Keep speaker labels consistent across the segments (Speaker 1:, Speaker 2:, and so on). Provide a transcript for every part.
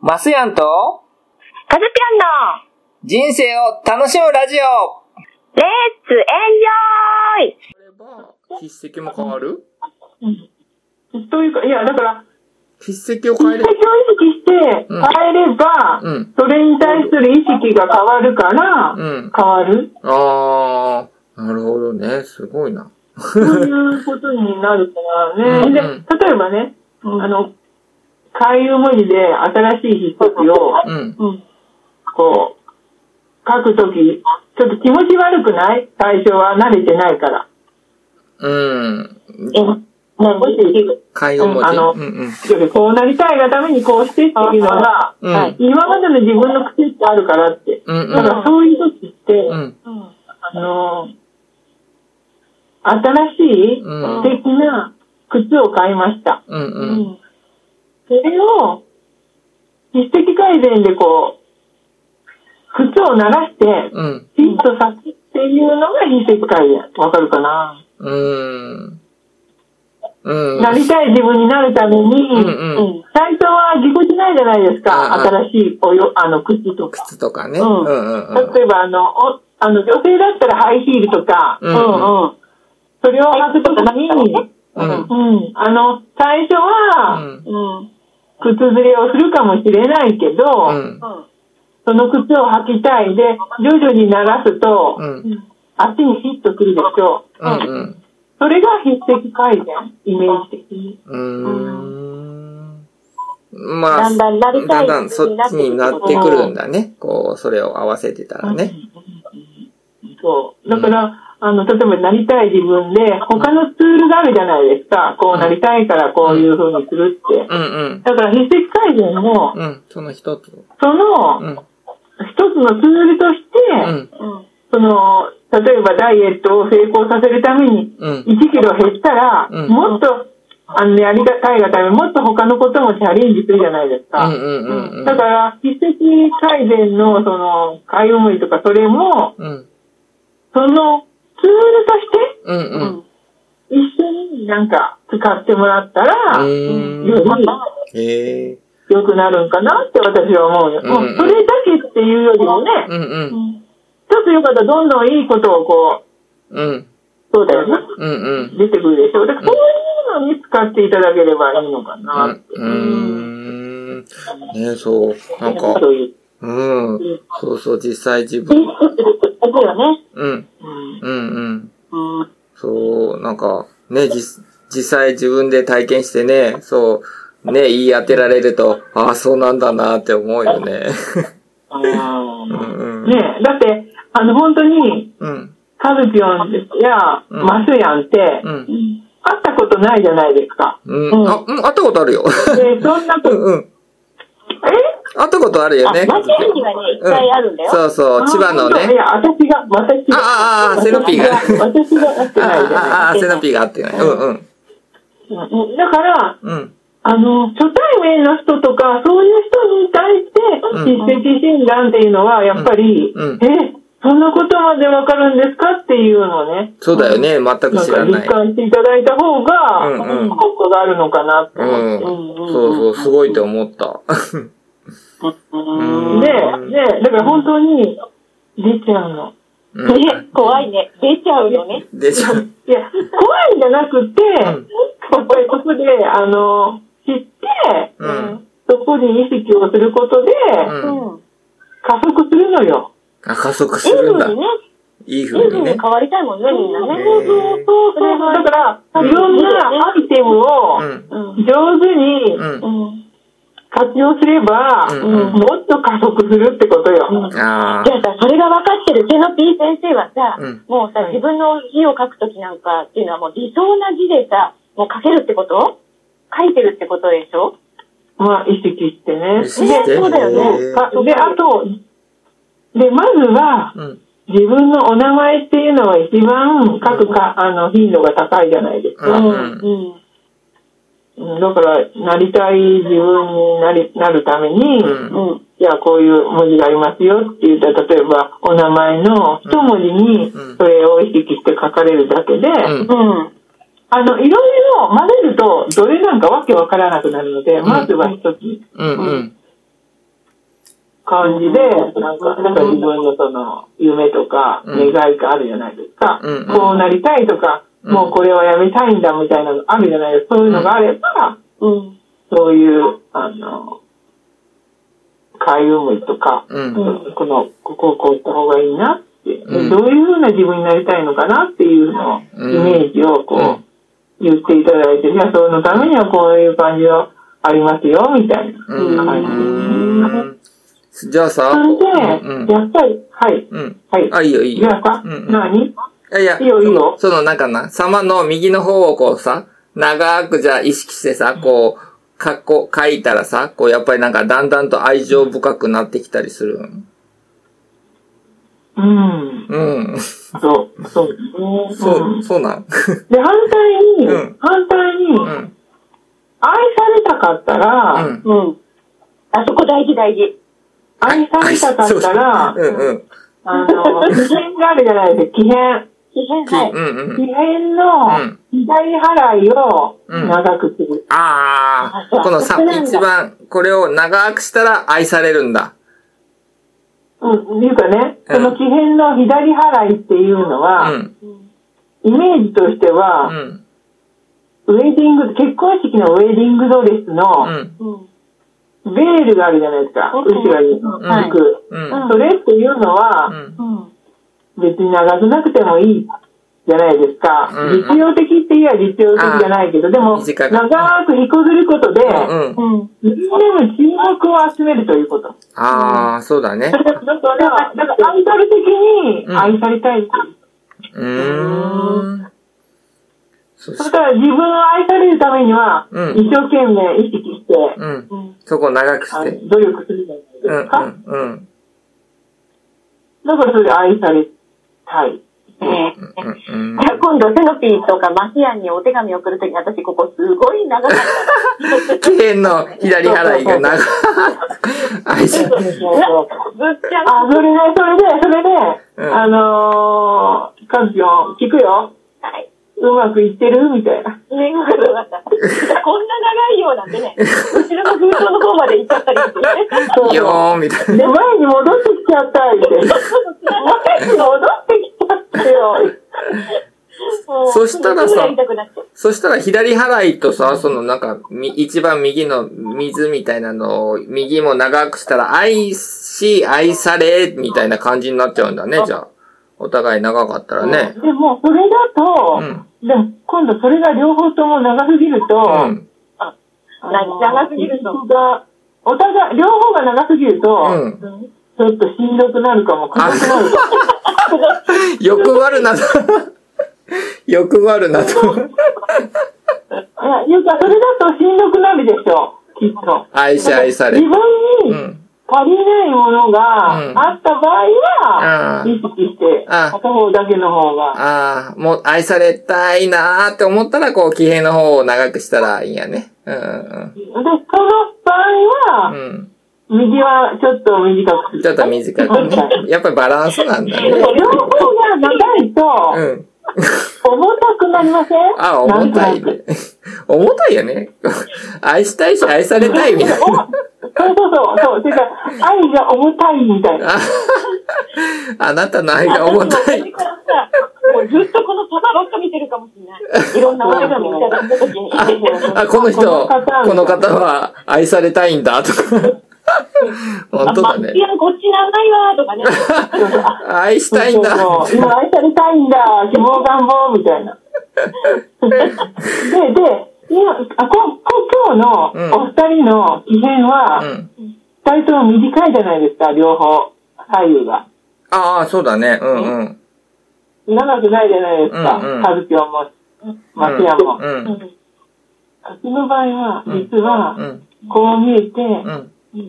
Speaker 1: マスヤンと
Speaker 2: カズピョンの
Speaker 1: 人生を楽しむラジオ
Speaker 2: レッツエンジョイ
Speaker 3: あれば、筆跡も変わる
Speaker 4: というか、いや、だから、
Speaker 3: 筆跡を
Speaker 4: 一
Speaker 3: 変え
Speaker 4: 石
Speaker 3: れ
Speaker 4: を意識して
Speaker 3: うん
Speaker 4: 変えれば、
Speaker 3: うん
Speaker 4: それに対する意識が変わるから、
Speaker 3: うん。
Speaker 4: 変 わる。
Speaker 3: あー、なるほどね。すごいな。
Speaker 4: そういうことになるからね。
Speaker 3: うん
Speaker 4: で、例えばね、あの、開運文字で新しい引っ越しを、
Speaker 3: うん。
Speaker 4: こう、書くとき、ちょっと気持ち悪くない最初は慣れてないから。
Speaker 3: うん。
Speaker 4: もし、
Speaker 3: 会話文
Speaker 4: うんあ
Speaker 3: 字。
Speaker 4: の
Speaker 3: うん
Speaker 4: こうなりたいがためにこうしてっていうのが、
Speaker 3: うん。
Speaker 2: は
Speaker 4: 今までの自分の癖ってあるからって。
Speaker 3: うん
Speaker 4: だからそういう時って、
Speaker 3: うん。うん。
Speaker 4: あのー新しい
Speaker 3: うん
Speaker 4: 素敵な靴を買いました。
Speaker 3: うん
Speaker 4: う
Speaker 3: うん。
Speaker 4: それを、筆跡改善でこう、靴を鳴らして、
Speaker 3: うん。
Speaker 4: ピッと刺すっていうのが筆跡改善。わかるかな、
Speaker 3: うん。うん。
Speaker 4: なりたい自分になるために、
Speaker 3: んうん
Speaker 4: うん最初はぎこちないじゃないですか。
Speaker 3: うんうん
Speaker 4: 新しいおよあの靴とか。
Speaker 3: 靴とかね。う
Speaker 4: うんん
Speaker 3: うんうん。
Speaker 4: 例えばあの、おあの女性だったらハイヒールとか、
Speaker 3: うん
Speaker 4: うん。それを履くときに、
Speaker 3: うん
Speaker 4: うん。あの、最初
Speaker 3: う
Speaker 4: は、うん。靴ずれをするかもしれないけど、
Speaker 3: うん
Speaker 4: その靴を履きたいで、徐々に鳴らすと、
Speaker 3: うん
Speaker 4: 足にヒッとくるでしょう。
Speaker 3: うんうん。
Speaker 4: それが筆跡改善、イメージ的に。
Speaker 3: うーん。まあ、
Speaker 2: だんだん慣れたい
Speaker 3: だんだんそっちになってくるんだね。こう、それを合わせてたらね。
Speaker 4: そう。だから、あの、例えばなりたい自分で、他のツールがあるじゃないですか。こうなりたいからこういう風にするって。
Speaker 3: うんうん。
Speaker 4: だから筆跡改善も、
Speaker 3: うん。その一つ。
Speaker 4: そうの、
Speaker 3: ん。
Speaker 4: 一つのツールとして、
Speaker 3: うん。
Speaker 4: その、例えばダイエットを成功させるために、
Speaker 3: うん。
Speaker 4: 1キロ減ったら、
Speaker 3: うん
Speaker 4: もっと、あの、やりたいがため、もっと他のこともチャレンジするじゃないです
Speaker 3: う
Speaker 4: か。
Speaker 3: んうんうんうん。
Speaker 4: だから、筆跡改善の、その、買い思いとか、それも、
Speaker 3: うん。
Speaker 4: その、ツールとして、
Speaker 3: うんうん。
Speaker 4: 一緒になんか、使ってもらったら、
Speaker 3: う
Speaker 4: よ
Speaker 3: ん
Speaker 4: り
Speaker 3: へえ。
Speaker 4: 良くなるんかなって私は思うよ。
Speaker 3: うんうん
Speaker 4: もうそれだけっていうよりもね、
Speaker 3: うんうん。
Speaker 4: ちょっとよかったらどんどんいいことをこう、
Speaker 3: うん。
Speaker 4: そうだよね。
Speaker 3: うんうん。
Speaker 4: 出てくるでしょう。だからそういうのに使っていただければいいのかなって。
Speaker 3: うん。うーん。ねそう。なんか、
Speaker 4: そういう。
Speaker 3: うん。そうそう、実際自
Speaker 2: そう
Speaker 3: 分。
Speaker 2: よね。
Speaker 3: うん。
Speaker 4: うん
Speaker 3: うんうん。
Speaker 4: うん
Speaker 3: そう、なんか、ね、実、実際自分で体験してね、そう、ね、言い当てられると、ああ、そうなんだなって思うよね。
Speaker 4: あの
Speaker 3: う
Speaker 4: ー
Speaker 3: んうん。
Speaker 4: ねえ、だって、あの、本当に、
Speaker 3: うん。
Speaker 4: カズピョンや、
Speaker 3: うん
Speaker 4: マスヤンって、会
Speaker 3: うん。
Speaker 4: ったことないじゃないですか。
Speaker 3: うん。あ、うん、会ったことあるよ。
Speaker 4: で、そんな
Speaker 3: う
Speaker 4: こ
Speaker 3: ん
Speaker 4: と、
Speaker 3: うん。
Speaker 4: え
Speaker 3: 会ったことあるよね。
Speaker 2: マジャンにはね、一回あるんだよ。
Speaker 3: そうそう、千葉の
Speaker 4: あい
Speaker 3: ね。
Speaker 4: や、私が、私が。
Speaker 3: ああああセノピーが
Speaker 4: 私が会って
Speaker 3: あ
Speaker 4: ないじゃ
Speaker 3: あ、ああ、セナピーが会ってない。うんうん。
Speaker 4: ないうんうん。だから、
Speaker 3: うん。
Speaker 4: あの、初対面の人とか、そういう人に対して
Speaker 3: う、
Speaker 4: 実績診断っていうのは、やっぱり、
Speaker 3: うん
Speaker 4: え、そんなことまでわかるんですかっていうのをね、
Speaker 3: そうだよね。全く
Speaker 4: なん
Speaker 3: 知
Speaker 4: から実
Speaker 3: ない。
Speaker 4: 感していただいた方が、
Speaker 3: うんうん
Speaker 4: 効果があるのかな
Speaker 3: う
Speaker 4: と思っ
Speaker 3: ん
Speaker 4: て。。
Speaker 3: そうそう、すごいと思った。うん
Speaker 4: で、で、だから本当に、出ちゃうの。
Speaker 3: うん。
Speaker 2: ね怖いね。出ちゃうよね。
Speaker 3: でしょ。
Speaker 4: いや、怖いんじゃなくて、
Speaker 3: ん
Speaker 4: やっぱりここで、あの、知って、
Speaker 3: うん
Speaker 4: そこに意識をすることで、
Speaker 3: うん。
Speaker 2: うん。
Speaker 4: 加速するのよ。
Speaker 3: あ、加速す
Speaker 2: いい
Speaker 3: るん
Speaker 2: 風
Speaker 3: だ
Speaker 2: に。ね、
Speaker 3: いい
Speaker 2: いい
Speaker 3: 風
Speaker 2: 風
Speaker 3: に
Speaker 2: に
Speaker 3: ね
Speaker 2: 変。わりたいもんね、みんな
Speaker 3: へ
Speaker 2: ね。
Speaker 3: ー
Speaker 4: そうそうそう。だから、いろんなアイテムを
Speaker 3: うん。
Speaker 2: うん。
Speaker 4: 上手に
Speaker 3: うん。
Speaker 2: うん。
Speaker 4: 活用すれば、
Speaker 3: うん
Speaker 4: うんもっと加速するってことよ。
Speaker 3: あ
Speaker 2: じゃあさ、それが分かってるセノピー先生はさ、
Speaker 3: うん
Speaker 2: もうさ、自分の字を書くときなんかっていうのはもう理想な字でさ、もう書けるってこと書いてるってことでしょ
Speaker 4: まあ、意識して
Speaker 3: あ。
Speaker 4: ね。
Speaker 3: そして
Speaker 2: ねそうだよね
Speaker 3: へー
Speaker 4: あで、あと、で、まずは、
Speaker 3: うん。
Speaker 4: 自分のお名前っていうのは一番書くか、あの、頻度が高いじゃないです
Speaker 3: う
Speaker 4: か。
Speaker 3: ん
Speaker 2: うん。
Speaker 4: うんだから、なりたい自分になりなるために、
Speaker 3: うん。
Speaker 2: うん。
Speaker 4: じゃあこういう文字がありますよって言ったら、例えばお名前の一文字に
Speaker 3: うん
Speaker 4: それを意識して書かれるだけ
Speaker 3: う
Speaker 4: で、
Speaker 3: ん。
Speaker 2: うん。
Speaker 4: あの、いろいろ混ぜると、どれなんかわけわからなくなるので、まずは一つ。
Speaker 3: うん。うん。
Speaker 4: 感じで、なんか、なんか自分のその、夢とか、
Speaker 3: う
Speaker 4: 願
Speaker 3: ん
Speaker 4: いがあるじゃないですか。
Speaker 3: うんうん
Speaker 4: こうなりたいとか、
Speaker 3: うん
Speaker 4: もうこれはやめたいんだみたいなのあるじゃないですか。そういうのがあれば、
Speaker 2: うん。
Speaker 4: そういう、あの、開運とか、
Speaker 3: うん。
Speaker 4: この、ここをこうした方がいいなって、
Speaker 3: うん
Speaker 4: どういうふうな自分になりたいのかなっていうのを、イ
Speaker 3: うん
Speaker 4: メージをこう、
Speaker 3: うん
Speaker 4: 言っていただいて、じゃあそのためにはこういう感じがありますよ、みたいな
Speaker 3: う
Speaker 4: 感
Speaker 3: ん。じゃあさ、
Speaker 4: じ。
Speaker 3: う
Speaker 4: それ
Speaker 3: ん
Speaker 4: で、。やっぱり、はい、
Speaker 3: うん。
Speaker 4: はい。
Speaker 3: あ、いいよ、いい
Speaker 4: じゃ
Speaker 3: よ。
Speaker 4: あさ、
Speaker 3: うんうん
Speaker 4: 何
Speaker 3: いやいや、
Speaker 4: いいよいいよ
Speaker 3: その、そのなんかな、様の右の方をこうさ、長くじゃあ意識してさ、こう、かっこ、書いたらさ、こうやっぱりなんかだんだんと愛情深くなってきたりする。
Speaker 4: うん。
Speaker 3: うん。
Speaker 4: そう、そうですね。
Speaker 3: そ
Speaker 4: ん
Speaker 3: う、そうなん。
Speaker 4: で、反対に、
Speaker 3: うん
Speaker 4: 反対に、
Speaker 3: うん。
Speaker 4: 愛されたかったら、
Speaker 3: うん。
Speaker 2: うん。あそこ大事大事。
Speaker 4: 愛されたかった ら、
Speaker 3: うんうん。
Speaker 4: あ の、危険があるじゃないですか、危険。
Speaker 2: 基変
Speaker 3: き
Speaker 2: はい。
Speaker 3: うんう
Speaker 4: 危
Speaker 3: ん。
Speaker 4: 険
Speaker 3: う
Speaker 4: の
Speaker 3: ん
Speaker 4: 左払いを長くする。
Speaker 3: ああ、このさ
Speaker 2: あそうなん、だ
Speaker 3: 一番、これを長くしたら愛されるんだ。
Speaker 4: うん、いうかね、
Speaker 3: うん
Speaker 4: その危険の左払いっていうの
Speaker 3: う
Speaker 4: は、
Speaker 3: ん。
Speaker 4: イメージとして
Speaker 3: う
Speaker 4: は、
Speaker 3: ん。
Speaker 4: ウェディング、結婚式のウェディングドレス
Speaker 3: う
Speaker 4: の
Speaker 3: ん。
Speaker 2: うん。
Speaker 4: ベールがあるじゃないですか、
Speaker 2: うん
Speaker 4: 後ろに
Speaker 2: はい
Speaker 4: つく。
Speaker 3: うん。
Speaker 4: それっていうの
Speaker 3: う
Speaker 4: は、
Speaker 3: ん。
Speaker 2: うん。
Speaker 4: 別に長くなくてもいいじゃないですか。
Speaker 3: うん
Speaker 4: 実用的って言えば実用的じゃないけど、でも、
Speaker 3: 短く
Speaker 4: 長く引こずることで、
Speaker 3: うん。
Speaker 2: うん。
Speaker 4: 自分でも注目を集めるということ。
Speaker 3: ああ、そうだね
Speaker 4: だ。から、だからアイドル的に
Speaker 3: うん
Speaker 4: 愛されたい。
Speaker 3: うーん。そうそ
Speaker 4: それから自分を愛されるためには、
Speaker 3: うん
Speaker 4: 一生懸命意識して、
Speaker 3: うん。
Speaker 2: うん。
Speaker 3: そこを長くし
Speaker 4: あ
Speaker 3: て。
Speaker 4: の努力するじゃ
Speaker 3: う
Speaker 4: ない
Speaker 3: ん
Speaker 4: ですか。
Speaker 3: うんうん。
Speaker 4: だからそれで愛されたい。
Speaker 2: ねえ。
Speaker 3: うんうん
Speaker 2: じゃあ今度、セノピーとかマヒアンにお手紙送るときに、私ここすごい長かった。
Speaker 3: 危険の左払いが長く。愛し
Speaker 4: そうそうそう
Speaker 2: ぶっちゃ
Speaker 4: あ、それね、それで、それで、
Speaker 3: うん
Speaker 4: あのー、カンピョン、聞くよ。
Speaker 2: はい。
Speaker 4: うまくいってるみたいな。
Speaker 2: ね、わかるわかるこんな長いようなんでね、後ろの封筒の方まで行っちゃったりしてね。
Speaker 4: そう
Speaker 3: いよーみたい
Speaker 4: で、前に戻ってきちゃった、みたいな。前に戻ってきちゃったよ。
Speaker 2: もう
Speaker 3: そしたらさ
Speaker 2: すぐやりたくなっちゃう
Speaker 3: そしたら左払いとさ、そのなんか、み一番右の水みたいなのを、右も長くしたら、愛し、愛され、みたいな感じになっちゃうんだね、じゃあ。お互い長かったらね。
Speaker 4: でも、それだと、
Speaker 3: うん
Speaker 4: でも今度それが両方とも長すぎると、
Speaker 3: うん。
Speaker 4: あの
Speaker 2: 長すぎるの
Speaker 4: 結局が、お互い、両方が長すぎると、
Speaker 3: うん。
Speaker 4: ちょっとしんどくなるかも、暗く なるかも。
Speaker 3: 欲張るなと。 欲張るなと。
Speaker 4: いや、いうか、それだとしんどくなるでしょう、きっと。
Speaker 3: 愛し愛され
Speaker 4: 自。分
Speaker 3: う
Speaker 4: に
Speaker 3: ん。
Speaker 4: 足りないもの
Speaker 3: うん
Speaker 4: があった場合は、
Speaker 3: あー
Speaker 4: 意識して、
Speaker 3: あ
Speaker 4: 片方だけの方が。
Speaker 3: ああ、もう愛されたいなーって思ったら、こう、騎兵の方を長くしたらいいんやね。うんうん
Speaker 4: で、その場
Speaker 3: う
Speaker 4: 合は、
Speaker 3: ん。
Speaker 4: 右はちょっと短く
Speaker 3: う
Speaker 4: す
Speaker 3: ん。
Speaker 4: る。
Speaker 3: ちょっと短くね。やっぱりバランスなんだ
Speaker 4: で
Speaker 3: ね。
Speaker 4: も両方が長いと、
Speaker 3: うん。
Speaker 4: 重たくなりません
Speaker 3: あ、重たい
Speaker 4: なんとなく
Speaker 3: ね。 重たいよね。 愛したいし愛され たいみたいな。
Speaker 4: そうそうそう、そう。てか、愛が重たいみたいな。
Speaker 3: あ あなたの愛が重た
Speaker 2: 私もこれ
Speaker 3: い。
Speaker 2: からさもうずっとこのサバばっか見てるかもしれな い。いろんなお手紙いただいたときに。
Speaker 3: あ、この人、この方は愛されたいんだ、と か。本当だね
Speaker 2: い。や、こっちなんないわーとかね。
Speaker 3: 愛したいんだ。
Speaker 4: そうそう今愛されたいんだ、希望願望、みた いな。で、で、今、あここ今日のお二人の異変は、
Speaker 3: うん。
Speaker 4: 二人とも短いじゃないですか、両方、左右が。
Speaker 3: ああ、そうだね。うんうん。
Speaker 4: 長くないじゃないですか、
Speaker 3: うんうん
Speaker 4: カズピョンも、松屋も。
Speaker 3: うん。うん
Speaker 4: 私の場合は、
Speaker 3: うん
Speaker 4: 実は、
Speaker 3: うん。
Speaker 4: こう見えて、
Speaker 3: うん。
Speaker 4: 二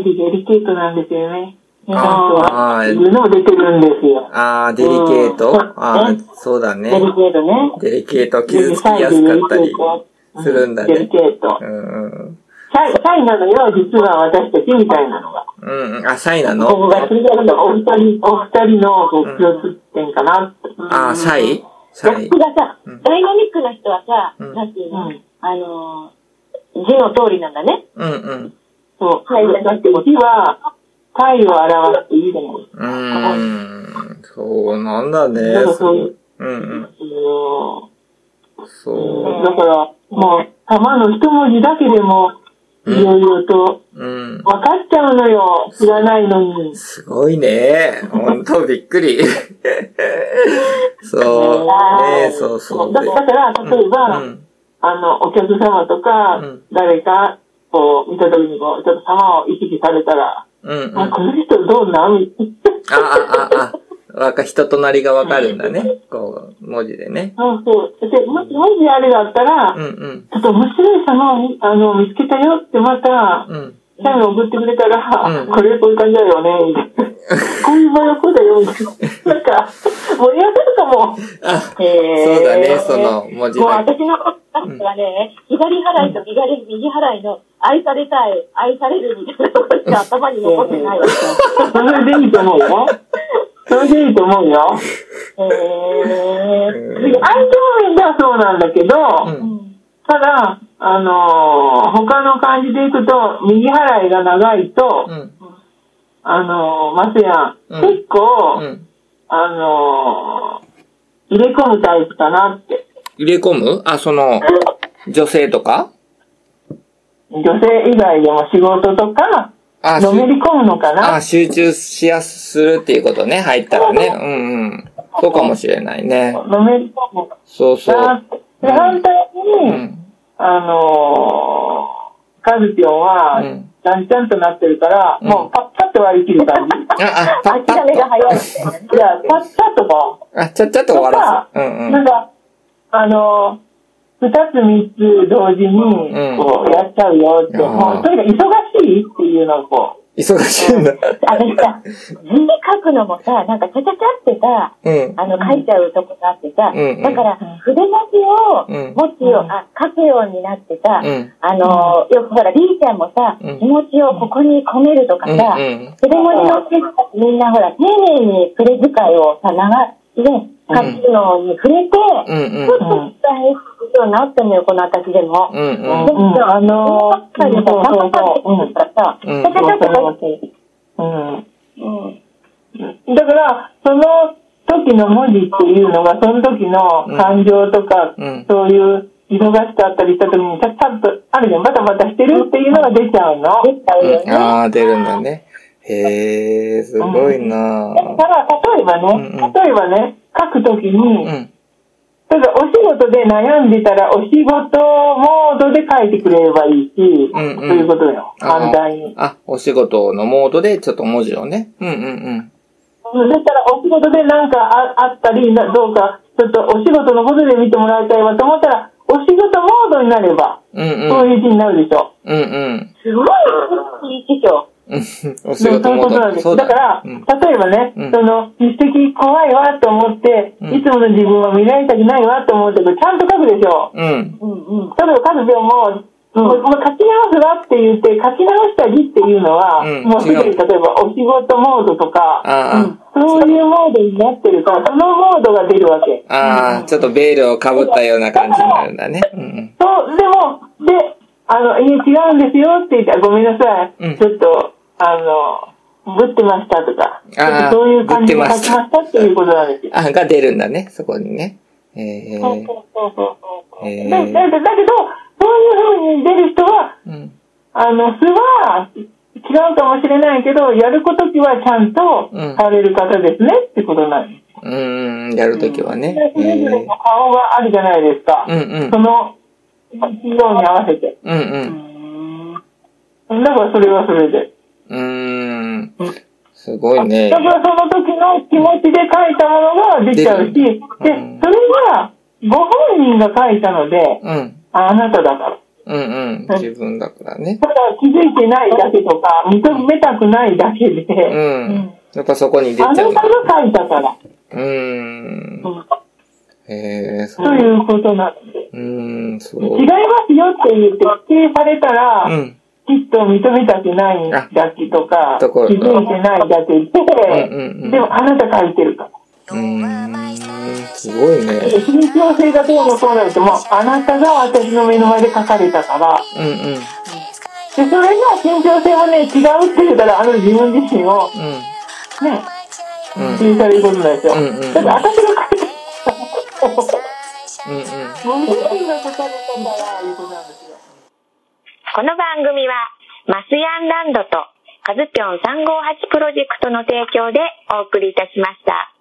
Speaker 4: 人でデリケートなんですよね。
Speaker 3: あー
Speaker 4: あ
Speaker 3: あ
Speaker 4: あ、
Speaker 3: ー
Speaker 4: いうのも出てるんですよ。
Speaker 3: ああ、デリケート、
Speaker 4: うん
Speaker 3: ああ、そうだね
Speaker 4: デリ。ケートね。
Speaker 3: デリケート傷つきやすかったりするんだ
Speaker 4: デリ
Speaker 3: ね
Speaker 4: ケ。ート
Speaker 3: う。んうん。
Speaker 4: サイサイなのよ、実は私たちみたいなのが。
Speaker 3: うんうん。あ、サイな
Speaker 4: ここ
Speaker 3: の
Speaker 4: が、それがお二人、お二人のこう共通点かなって。
Speaker 3: ああ、サイ
Speaker 2: ギャ
Speaker 3: サイ
Speaker 2: ップ。がさ
Speaker 3: うん、
Speaker 2: ダイナミックな人はさ、
Speaker 3: うん
Speaker 2: なんていう
Speaker 4: う
Speaker 2: の
Speaker 4: ん
Speaker 2: あのー、字の通りなんだね。
Speaker 3: うんうん。
Speaker 4: そう。
Speaker 2: はい
Speaker 4: だって、うちは、愛を表していいじゃないです
Speaker 3: うーん。そうなんだね。
Speaker 4: なんか
Speaker 3: すご
Speaker 4: そういう
Speaker 3: いうん
Speaker 4: かよ。
Speaker 3: うん。そ
Speaker 4: だから、もう、玉の一文字だけでも、いろいろと
Speaker 3: う。うん。
Speaker 4: 分かっちゃうのよ。知らないのに。
Speaker 3: すごいね。ほんとびっくり。そう。ねそうそう。
Speaker 4: だだから、例えば、
Speaker 3: うん
Speaker 4: あの、お客様とか、
Speaker 3: うん
Speaker 4: 誰か、こう、見た時にこう、ちょっと様を意識されたら、
Speaker 3: うんうん。
Speaker 4: あ、
Speaker 3: あ
Speaker 4: この人どうなん みたいな。
Speaker 3: あ、あ、あ。わか、人となりがわかるんだね。こう、文字でね。
Speaker 4: そうそう。で、もし、もしあれだったら、
Speaker 3: うんうん。
Speaker 4: ちょっと面白い様を見あの見つけたよってまた、
Speaker 3: うん。
Speaker 4: チャイム送ってくれたら、
Speaker 3: うん
Speaker 4: これこういう感じだよね、み たいな。こういう場合はこうだよ、みたいな。なんか、盛り上がるかも。
Speaker 3: あ、
Speaker 2: へー
Speaker 3: そうだね、その文字
Speaker 2: もう
Speaker 3: だけ。
Speaker 2: 私のなんかね、左払いと右払い右払いの愛されたい、愛されるみたいなことしか頭に残って ないわけ。
Speaker 4: それでいいと思うよ。それでいいと思うよ。
Speaker 2: へー
Speaker 4: 相手もみんなそうなんだけど、
Speaker 3: うん
Speaker 2: うん
Speaker 4: ただ、あのー他の漢字でいくと、右払いが長いと、
Speaker 3: うん。
Speaker 4: あのーマスヤン、
Speaker 3: うん
Speaker 4: 結構、
Speaker 3: うん。
Speaker 4: あのー入れ込むタイプかなって。
Speaker 3: 入れ込むあ、その、女性とか
Speaker 4: 女性以外でも仕事とか、
Speaker 3: あ、
Speaker 4: のめ
Speaker 3: し
Speaker 4: り込むのかな
Speaker 3: あ、集中しやすするっていうことね、入ったらね。うんうん。そうかもしれないね。
Speaker 4: のめり込む
Speaker 3: そうそ
Speaker 4: な
Speaker 3: う
Speaker 4: っ。て。で、反対
Speaker 3: う
Speaker 4: に、
Speaker 3: ん。
Speaker 4: あのー、カズピョンは、
Speaker 3: うん
Speaker 4: ちゃんちゃんとなってるから、
Speaker 3: うん
Speaker 4: もうパッパッと割り切る感じ。
Speaker 3: あ、あ、パッパ
Speaker 2: 諦め
Speaker 3: ッ
Speaker 2: が
Speaker 3: と。
Speaker 2: 早いみたいなね。
Speaker 4: いや、パッパッとか、
Speaker 3: あ、ちゃっちゃっと終わらす。うんう
Speaker 4: なん
Speaker 3: ん。
Speaker 4: か、あのー、二つ三つ同時に
Speaker 3: うん、
Speaker 4: こう、やっちゃうよって、
Speaker 3: あー
Speaker 4: もう、とにかく忙しいっていうのをこ
Speaker 3: 忙しいんだ。
Speaker 2: 私さ、字書くのもさ、なんかちゃちゃちゃってさ、
Speaker 3: うん。
Speaker 2: あの、書いちゃうとこがあってさ、
Speaker 3: うんうん
Speaker 2: だから
Speaker 4: うん、
Speaker 2: 筆文字を
Speaker 3: うん、
Speaker 2: 文字を、あ、書くようになってさ、
Speaker 3: うん
Speaker 2: あのー、よくほら、りーちゃんもさ、
Speaker 3: うん
Speaker 2: 気持ちをここに込めるとか
Speaker 3: うん
Speaker 2: さ、
Speaker 3: うん。
Speaker 2: 筆文字の人たちみんなほら、丁寧に筆遣いをさ、流ね、書くのに触れて、
Speaker 3: うんう
Speaker 2: ちょっ
Speaker 3: ん。
Speaker 2: と伝えるようになったのよ、この私でも。
Speaker 3: うん
Speaker 4: う、
Speaker 3: うん。
Speaker 4: うん、あの
Speaker 2: やっぱ
Speaker 4: ー、
Speaker 2: り
Speaker 4: そ
Speaker 2: も
Speaker 4: う
Speaker 2: う、パ
Speaker 4: そ
Speaker 2: パ
Speaker 4: うそ
Speaker 2: パ
Speaker 4: う、うん
Speaker 2: ってさ、ち
Speaker 3: うん
Speaker 2: ゃちゃちゃって書いて
Speaker 4: うん。
Speaker 2: うん。
Speaker 4: だから、その時の文字っていうのが、その時の感情とか、
Speaker 3: うん
Speaker 4: そういう忙しかったりした時に、ちゃちゃっと、あるじゃん、バタバタしてるっていうのが出ちゃうの。
Speaker 2: できちゃうよね。
Speaker 3: ああ、出るんだね。へえ、すごいな
Speaker 4: だから、例えばね、
Speaker 3: うんうん
Speaker 4: 例えばね、書く時
Speaker 3: う
Speaker 4: に、
Speaker 3: ん。
Speaker 4: ただお仕事で悩んでたら、お仕事モードで書いてくれればいいし、と
Speaker 3: んうん
Speaker 4: いうことよ。
Speaker 3: あー
Speaker 4: 反対に。
Speaker 3: あ、お仕事のモードでちょっと文字をね。うんうん
Speaker 4: うんだったら、お仕事でなんかああったり、などうか、ちょっとお仕事のことで見てもらいたいわと思ったら、お仕事モードになれば、
Speaker 3: うん。うんう。
Speaker 4: そうんいう字になるでしょ。
Speaker 3: うんうん。
Speaker 2: すごい、いい師匠。
Speaker 3: うんお仕
Speaker 4: で
Speaker 3: 事
Speaker 4: もそういう
Speaker 3: モ
Speaker 4: ことな
Speaker 3: ー
Speaker 4: んで
Speaker 3: ド。
Speaker 4: す。だから、
Speaker 3: うん
Speaker 4: 例えばね、
Speaker 3: うん
Speaker 4: その、実績怖いわと思って、
Speaker 3: うん
Speaker 4: いつもの自分は見られたくないわと思うけど、ちゃんと書くでしょ。
Speaker 3: うん。
Speaker 2: うんうん。
Speaker 4: ただ、彼女も、もうもう書き直すわって言って、書き直したりっていうのは、
Speaker 3: うん
Speaker 4: もうすでに
Speaker 3: 違
Speaker 4: 例え
Speaker 3: う
Speaker 4: ばお仕事モードとか、
Speaker 3: あ
Speaker 4: そういうモードになってるから、そのモードが出るわけ。
Speaker 3: あ、ああ、ちょっとベールをかぶったような感じになるんだね。うん
Speaker 4: そう、でも、で、あの、いや違うんですよって言ったら、ごめんなさい、
Speaker 3: うん
Speaker 4: ちょっと、あの、ぶってましたとか、ちょっ
Speaker 3: あー
Speaker 4: とそういう感じで
Speaker 3: ぶ
Speaker 4: 書
Speaker 3: っ
Speaker 4: き
Speaker 3: てま
Speaker 4: ま
Speaker 3: した
Speaker 4: したっていうことなんですよ。
Speaker 3: うん。あ、が出るんだね、そこにね。へえ。
Speaker 4: そうそうそうそう
Speaker 3: へー
Speaker 4: だだだけど、そういう風に出る人は、
Speaker 3: うん。
Speaker 4: あの、素は違うかもしれないけど、やることきはちゃんと
Speaker 3: うん
Speaker 4: される方ですね、ってことなんです。
Speaker 3: うん、やるときはね。
Speaker 4: それぞれ
Speaker 3: へ
Speaker 4: の顔があるじゃないですか。
Speaker 3: えうんうん
Speaker 4: そ。の、色に合わせて。
Speaker 3: うんうん。
Speaker 4: だからそれはそれで。
Speaker 3: うーん。すごいね
Speaker 4: だか。らその時の気持ちで書いたものが出ちゃうし、
Speaker 3: 出
Speaker 4: で、
Speaker 3: る
Speaker 4: それ
Speaker 3: うん
Speaker 4: はご本人が書いたので、
Speaker 3: うん。
Speaker 4: ああなただから。
Speaker 3: うんうん。自分だからね。
Speaker 4: ただ気づいてないだけとか、認めたくないだけで、
Speaker 3: うん。やっぱそこに出ちゃ
Speaker 4: あなた
Speaker 3: う
Speaker 4: が。書いたから、
Speaker 3: うーん。へえ、そ
Speaker 4: と
Speaker 3: う。
Speaker 4: いうことなんで
Speaker 3: う
Speaker 4: す。
Speaker 3: ーん、そ。
Speaker 4: 違いうますよって言って否定されたら、
Speaker 3: うん。
Speaker 4: きっと認めたくないだけとか、
Speaker 3: あところ
Speaker 4: 気づいてないだけで、
Speaker 3: うんうんうん
Speaker 4: でもあなた書いてるから。
Speaker 3: うーん、すごいね。
Speaker 4: で信憑性がどうもそうなると、もうあなたが私の目の前で書かれたから、
Speaker 3: うんうん。
Speaker 4: で、それが信憑性はね、違うって言うたら、あの自分自身を
Speaker 5: うん。
Speaker 4: ね、
Speaker 5: うん。
Speaker 4: 気にされることなんですよ。
Speaker 5: うんうんうん
Speaker 4: だって私が書いた。
Speaker 5: うんうん。
Speaker 4: ご自身が書かれたから、いうことなんですよ。
Speaker 6: この番組は、マスヤンランドと、カズピョン358プロジェクトの提供でお送りいたしました。